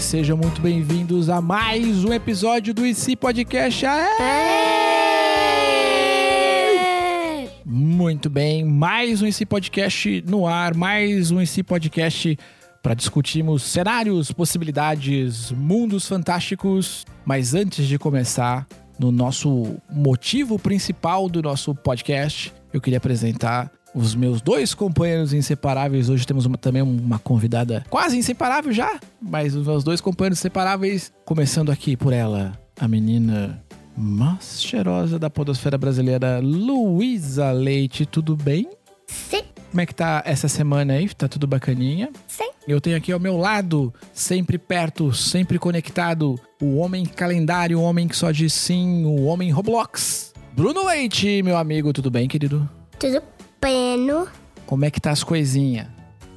sejam muito bem-vindos a mais um episódio do IC Podcast. Aê! Muito bem, mais um IC Podcast no ar, mais um IC Podcast para discutirmos cenários, possibilidades, mundos fantásticos. Mas antes de começar, no nosso motivo principal do nosso podcast, eu queria apresentar os meus dois companheiros inseparáveis. Hoje temos uma- também uma convidada quase inseparável já, mas os meus dois companheiros inseparáveis. Começando aqui por ela, a menina mais cheirosa da podosfera brasileira, Luísa Leite. Tudo bem? Sim, Como é que tá essa semana aí? Tá tudo bacaninha? sim. Eu tenho aqui ao meu lado, sempre perto, sempre conectado, o homem calendário, o homem que só diz sim, o homem Roblox. Bruno Leite, meu amigo, tudo bem, querido? Tudo pleno. Como é que tá as coisinhas?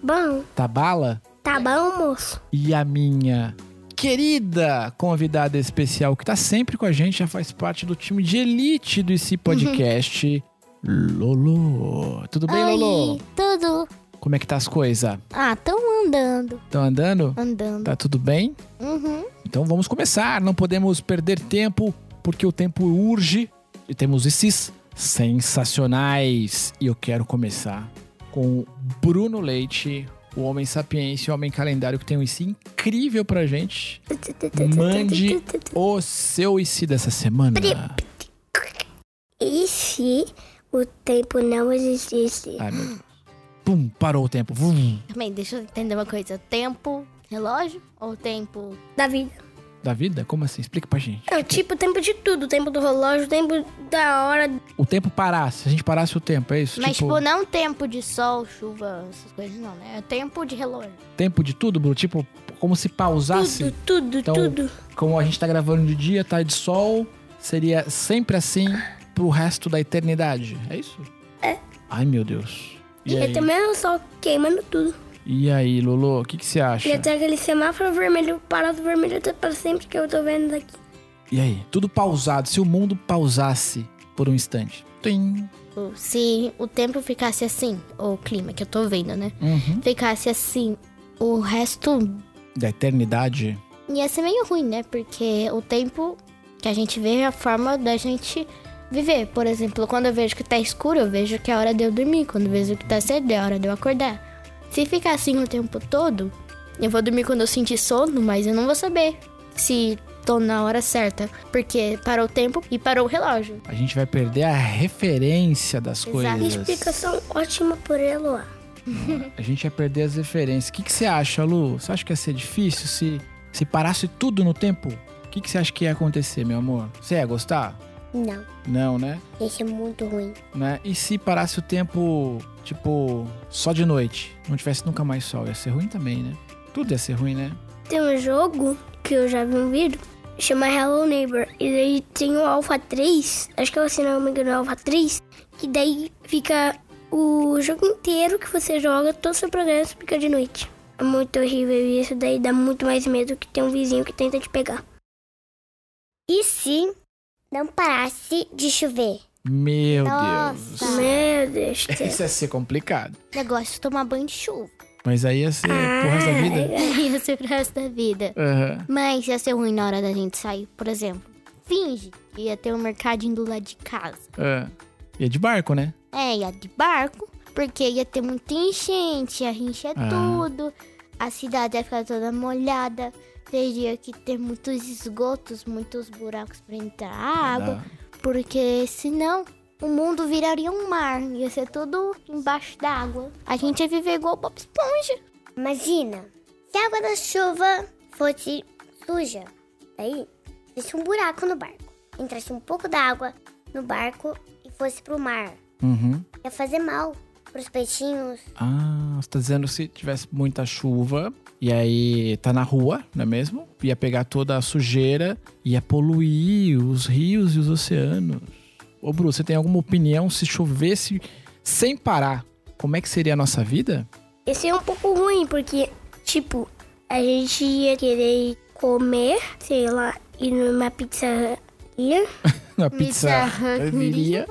Bom, Tá bala? tá bom, moço? E a minha querida convidada especial, que tá sempre com a gente, já faz parte do time de elite do IC Podcast, Lolo. Tudo bem, Lolo? tudo. Como é que tá as coisas? Ah, tão andando. Estão andando? Andando. Tá tudo bem? Uhum. Então vamos começar, não podemos perder tempo, porque o tempo urge e temos esses sensacionais. E eu quero começar com Bruno Leite, o homem sapiência, o homem calendário que tem um IC incrível pra gente. Mande o seu IC dessa semana. E se o tempo não existisse? Ai, meu Deus. Pum, parou o tempo. Vum. Também, deixa eu entender uma coisa. Tempo, relógio ou tempo... Da vida. Da vida? Como assim? Explica pra gente. É tipo o tempo de tudo. O tempo do relógio, o tempo da hora. O tempo parasse, a gente parasse o tempo, é isso? Mas, tipo, não tempo de sol, chuva, essas coisas não, né? É tempo de relógio. tempo de tudo, Bruno? Tipo, como se pausasse? Tudo, tudo, Então, tudo. Como a gente tá gravando de dia, tá de sol, seria sempre assim pro resto da eternidade. É isso? É. Ai, meu Deus. E E aí, também é o sol queimando tudo. e aí Lolo, o que, que você acha? E até aquele semáforo vermelho, parado vermelho até pra sempre que eu tô vendo daqui. E aí? Tudo pausado. Se o mundo pausasse por um instante. Tim. Tipo, Se o tempo ficasse assim, o clima que eu tô vendo, né? Uhum. Ficasse assim, o resto Da eternidade. ia ser meio ruim, né? Porque o tempo que a gente vê é a forma da gente viver. Por exemplo, quando eu vejo que tá escuro, eu vejo que é a hora de eu dormir. Quando eu vejo que tá cedo, é a hora de eu acordar. Se ficar assim o tempo todo, eu vou dormir quando eu sentir sono, mas eu não vou saber se tô na hora certa. Porque parou o tempo e parou o relógio. A gente vai perder a referência das coisas. Explicação ótima por Eloá. A gente ia perder as referências. O que, que você acha, Lu? Você acha que ia ser difícil se, se parasse tudo no tempo? O que, que você acha que ia acontecer, meu amor? Você ia gostar? Não, Não, né? esse é muito ruim. né? E se parasse o tempo, tipo, só de noite? Não tivesse nunca mais sol, ia ser ruim também, né? Tudo ia ser ruim, né? Tem um jogo que eu já vi um vídeo, chama Hello Neighbor. E daí tem o Alpha 3, acho que é o se não me engano, é o Alpha 3. E daí fica o jogo inteiro que você joga, todo o seu progresso fica de noite. É muito horrível e isso daí dá muito mais medo que ter um vizinho que tenta te pegar. E se não parasse de chover? Meu Nossa. Deus. Meu Deus do céu. Isso ia ser complicado. Negócio de tomar banho de chuva. Mas aí ia ser pro resto da vida. Ia ser é pro resto da vida. Aham. Mas ia ser ruim na hora da gente sair, por exemplo. Finge que ia ter um mercadinho do lado de casa. é. Ia de barco, né? É, ia de barco, porque ia ter muita enchente, ia encher Ah. tudo, a cidade ia ficar toda molhada, teria que ter muitos esgotos, muitos buracos pra entrar água, Dá- porque senão o mundo viraria um mar, ia ser tudo embaixo d'água. A gente ia viver igual o Bob Esponja. Imagina, se a água da chuva fosse suja, daí fosse um buraco no barco. Entrasse um pouco d'água no barco e fosse pro mar. Uhum. Ia fazer mal pros peixinhos. Ah, você tá dizendo se tivesse muita chuva e aí tá na rua, não é mesmo? Ia pegar toda a sujeira, ia poluir os rios e os oceanos. Ô, Bruno, você tem alguma opinião se chovesse sem parar? Como é que seria a nossa vida? Esse é um pouco ruim, porque, tipo, a gente ia querer comer, sei lá, ir numa pizzaria, Na pizza viria.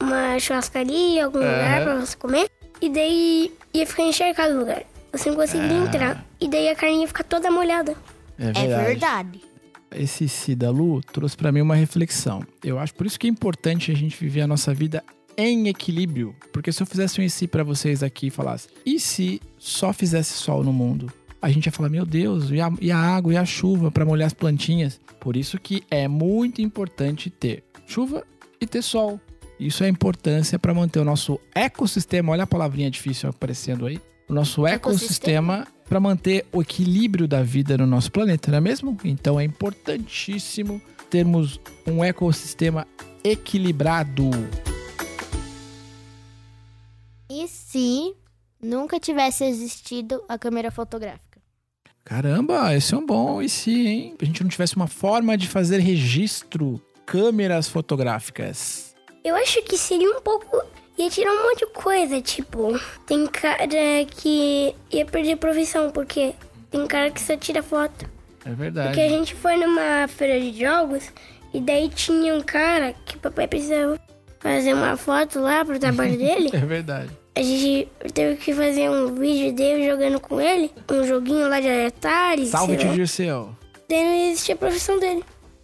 uma churrascaria, algum Aham. lugar pra você comer, e daí ia ficar encharcado o lugar. Você não conseguiria Ah. entrar. E daí a carne ia ficar toda molhada. É É verdade. verdade. Esse Cida Lu trouxe pra mim uma reflexão. Eu acho por isso que é importante a gente viver a nossa vida em equilíbrio. Porque se eu fizesse um e se pra vocês aqui e falasse, e se só fizesse sol no mundo? A gente ia falar, meu Deus, e a, e a água e a chuva pra molhar as plantinhas? Por isso que é muito importante ter chuva e ter sol. Isso é importância pra manter o nosso ecossistema. Olha a palavrinha difícil aparecendo aí. O nosso Ecossistema. ecossistema para manter o equilíbrio da vida no nosso planeta, não é mesmo? Então é importantíssimo termos um ecossistema equilibrado. E se nunca tivesse existido a câmera fotográfica? Caramba, esse é um bom. E se, hein? A gente não tivesse uma forma de fazer registro, câmeras fotográficas. Eu acho que seria um pouco. ia tirar um monte de coisa, tipo. Tem é, cara que ia perder profissão, porque tem cara que só tira foto. É verdade. Porque a gente foi numa feira de jogos e daí tinha um cara que o papai precisava fazer uma foto lá pro trabalho dele. É verdade. A gente teve que fazer um vídeo dele jogando com ele, um joguinho lá de Atari. Salve, sei tio lá. Dirceu. Daí não existia a profissão dele.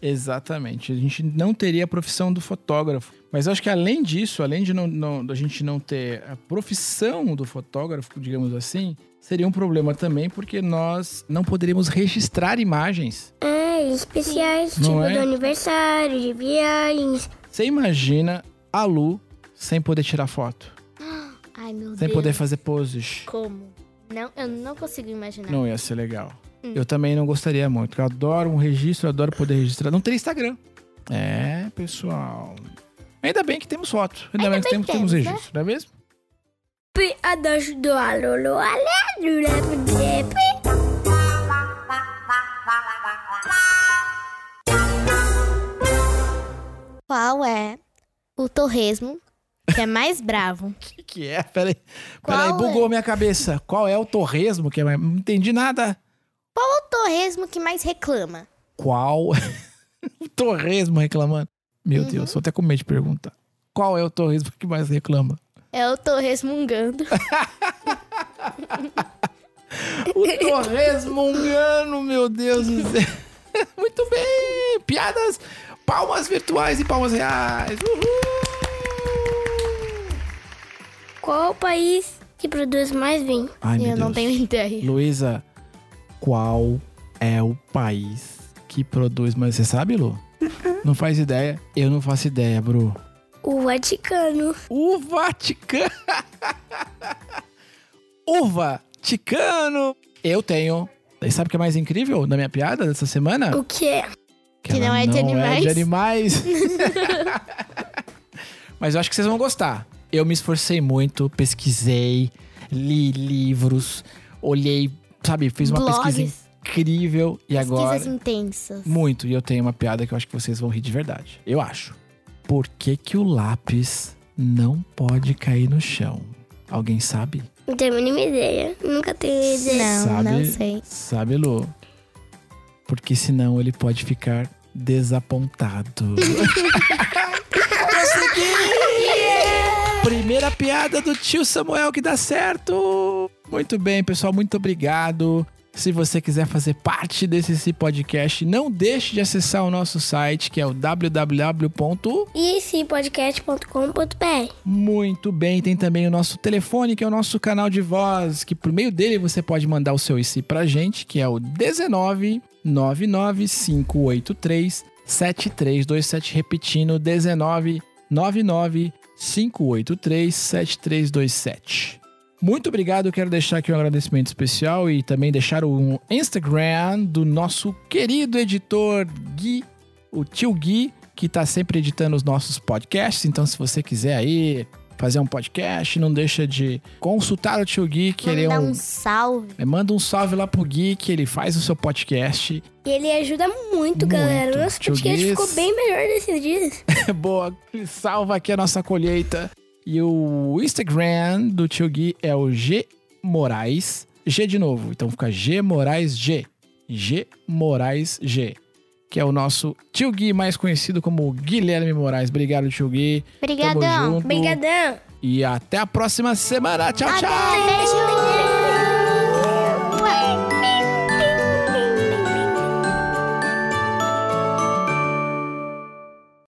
Exatamente. A gente não teria a profissão do fotógrafo. Mas eu acho que além disso, além de não, não- da gente não ter a profissão do fotógrafo, digamos assim, seria um problema também, porque nós não poderíamos registrar imagens. É, especiais, Não tipo é? do aniversário, de viagens. Você imagina a Lu sem poder tirar foto, Ai, meu sem Deus. poder fazer poses. Como? Não, eu não consigo imaginar. Não ia ser legal. Eu também não gostaria muito, porque eu adoro um registro, eu adoro poder registrar. Não teria Instagram. É, pessoal. Ainda bem que temos foto. Ainda, bem que temos, temos temos, né? registro, não é mesmo? Piadas do Alolo Alegre. Qual é o torresmo que é mais bravo? que que é? Peraí. Qual Peraí, é? bugou minha cabeça. Qual é o torresmo? Que é... Não entendi nada. Qual o torresmo que mais reclama? Qual? o torresmo reclamando. Meu Deus, tô até com medo de perguntar. Qual é o torresmo que mais reclama? É o torresmungando. O torresmo um engano, meu Deus do céu. Muito bem. Piadas, palmas virtuais e palmas reais. Uhul. Qual o país que produz mais vinho? Ai, meu eu não Deus. tenho ideia. Luísa, qual é o país que produz mais? Você sabe, Lu? Não faz ideia? Eu não faço ideia, Bru. O Vaticano. O Vaticano! o Vaticano! Eu tenho. E sabe o que é mais incrível na minha piada dessa semana? O que é? Que não ela é de É de animais. animais. Mas eu acho que vocês vão gostar. Eu me esforcei muito, pesquisei, li livros, olhei, sabe, fiz uma pesquisa Blogs, incrível e agora pesquisas intensas. muito. E eu tenho uma piada que eu acho que vocês vão rir de verdade. Eu acho. Por que que o lápis não pode cair no chão? Alguém sabe? Não tenho a mínima ideia. Nunca tenho ideia. Não, sabe, não sei. Sabe, Lu? Porque senão ele pode ficar desapontado. Consegui! Primeira piada do tio Samuel que dá certo. Muito bem, pessoal, muito obrigado. Se você quiser fazer parte desse CI podcast, não deixe de acessar o nosso site, que é o www. E esse podcast.com.br. Muito bem, tem também o nosso telefone, que é o nosso canal de voz, que por meio dele você pode mandar o seu IC pra gente, que é o 19 99583 7327, repetindo 19 99583 7327. Muito obrigado, quero deixar aqui um agradecimento especial e também deixar o Instagram do nosso querido editor Gui o tio Gui, que tá sempre editando os nossos podcasts. Então, se você quiser aí fazer um podcast, não deixa de consultar o tio Gui, querer Mandar um. um salve. É, Manda um salve lá pro Gui, que ele faz o seu podcast. E ele ajuda muito, Muito. galera. Nosso Tio podcast Guiz. ficou bem melhor nesses dias. É boa, ele salva aqui a nossa colheita. E o Instagram do tio Gui é o G Moraes G de novo. Então fica G Moraes G. G Moraes G. Que é o nosso tio Gui, mais conhecido como Guilherme Moraes. Obrigado, tio Gui. Tamo Obrigadão. junto. Obrigadão. E até a próxima semana. Tchau, tchau. Beijo.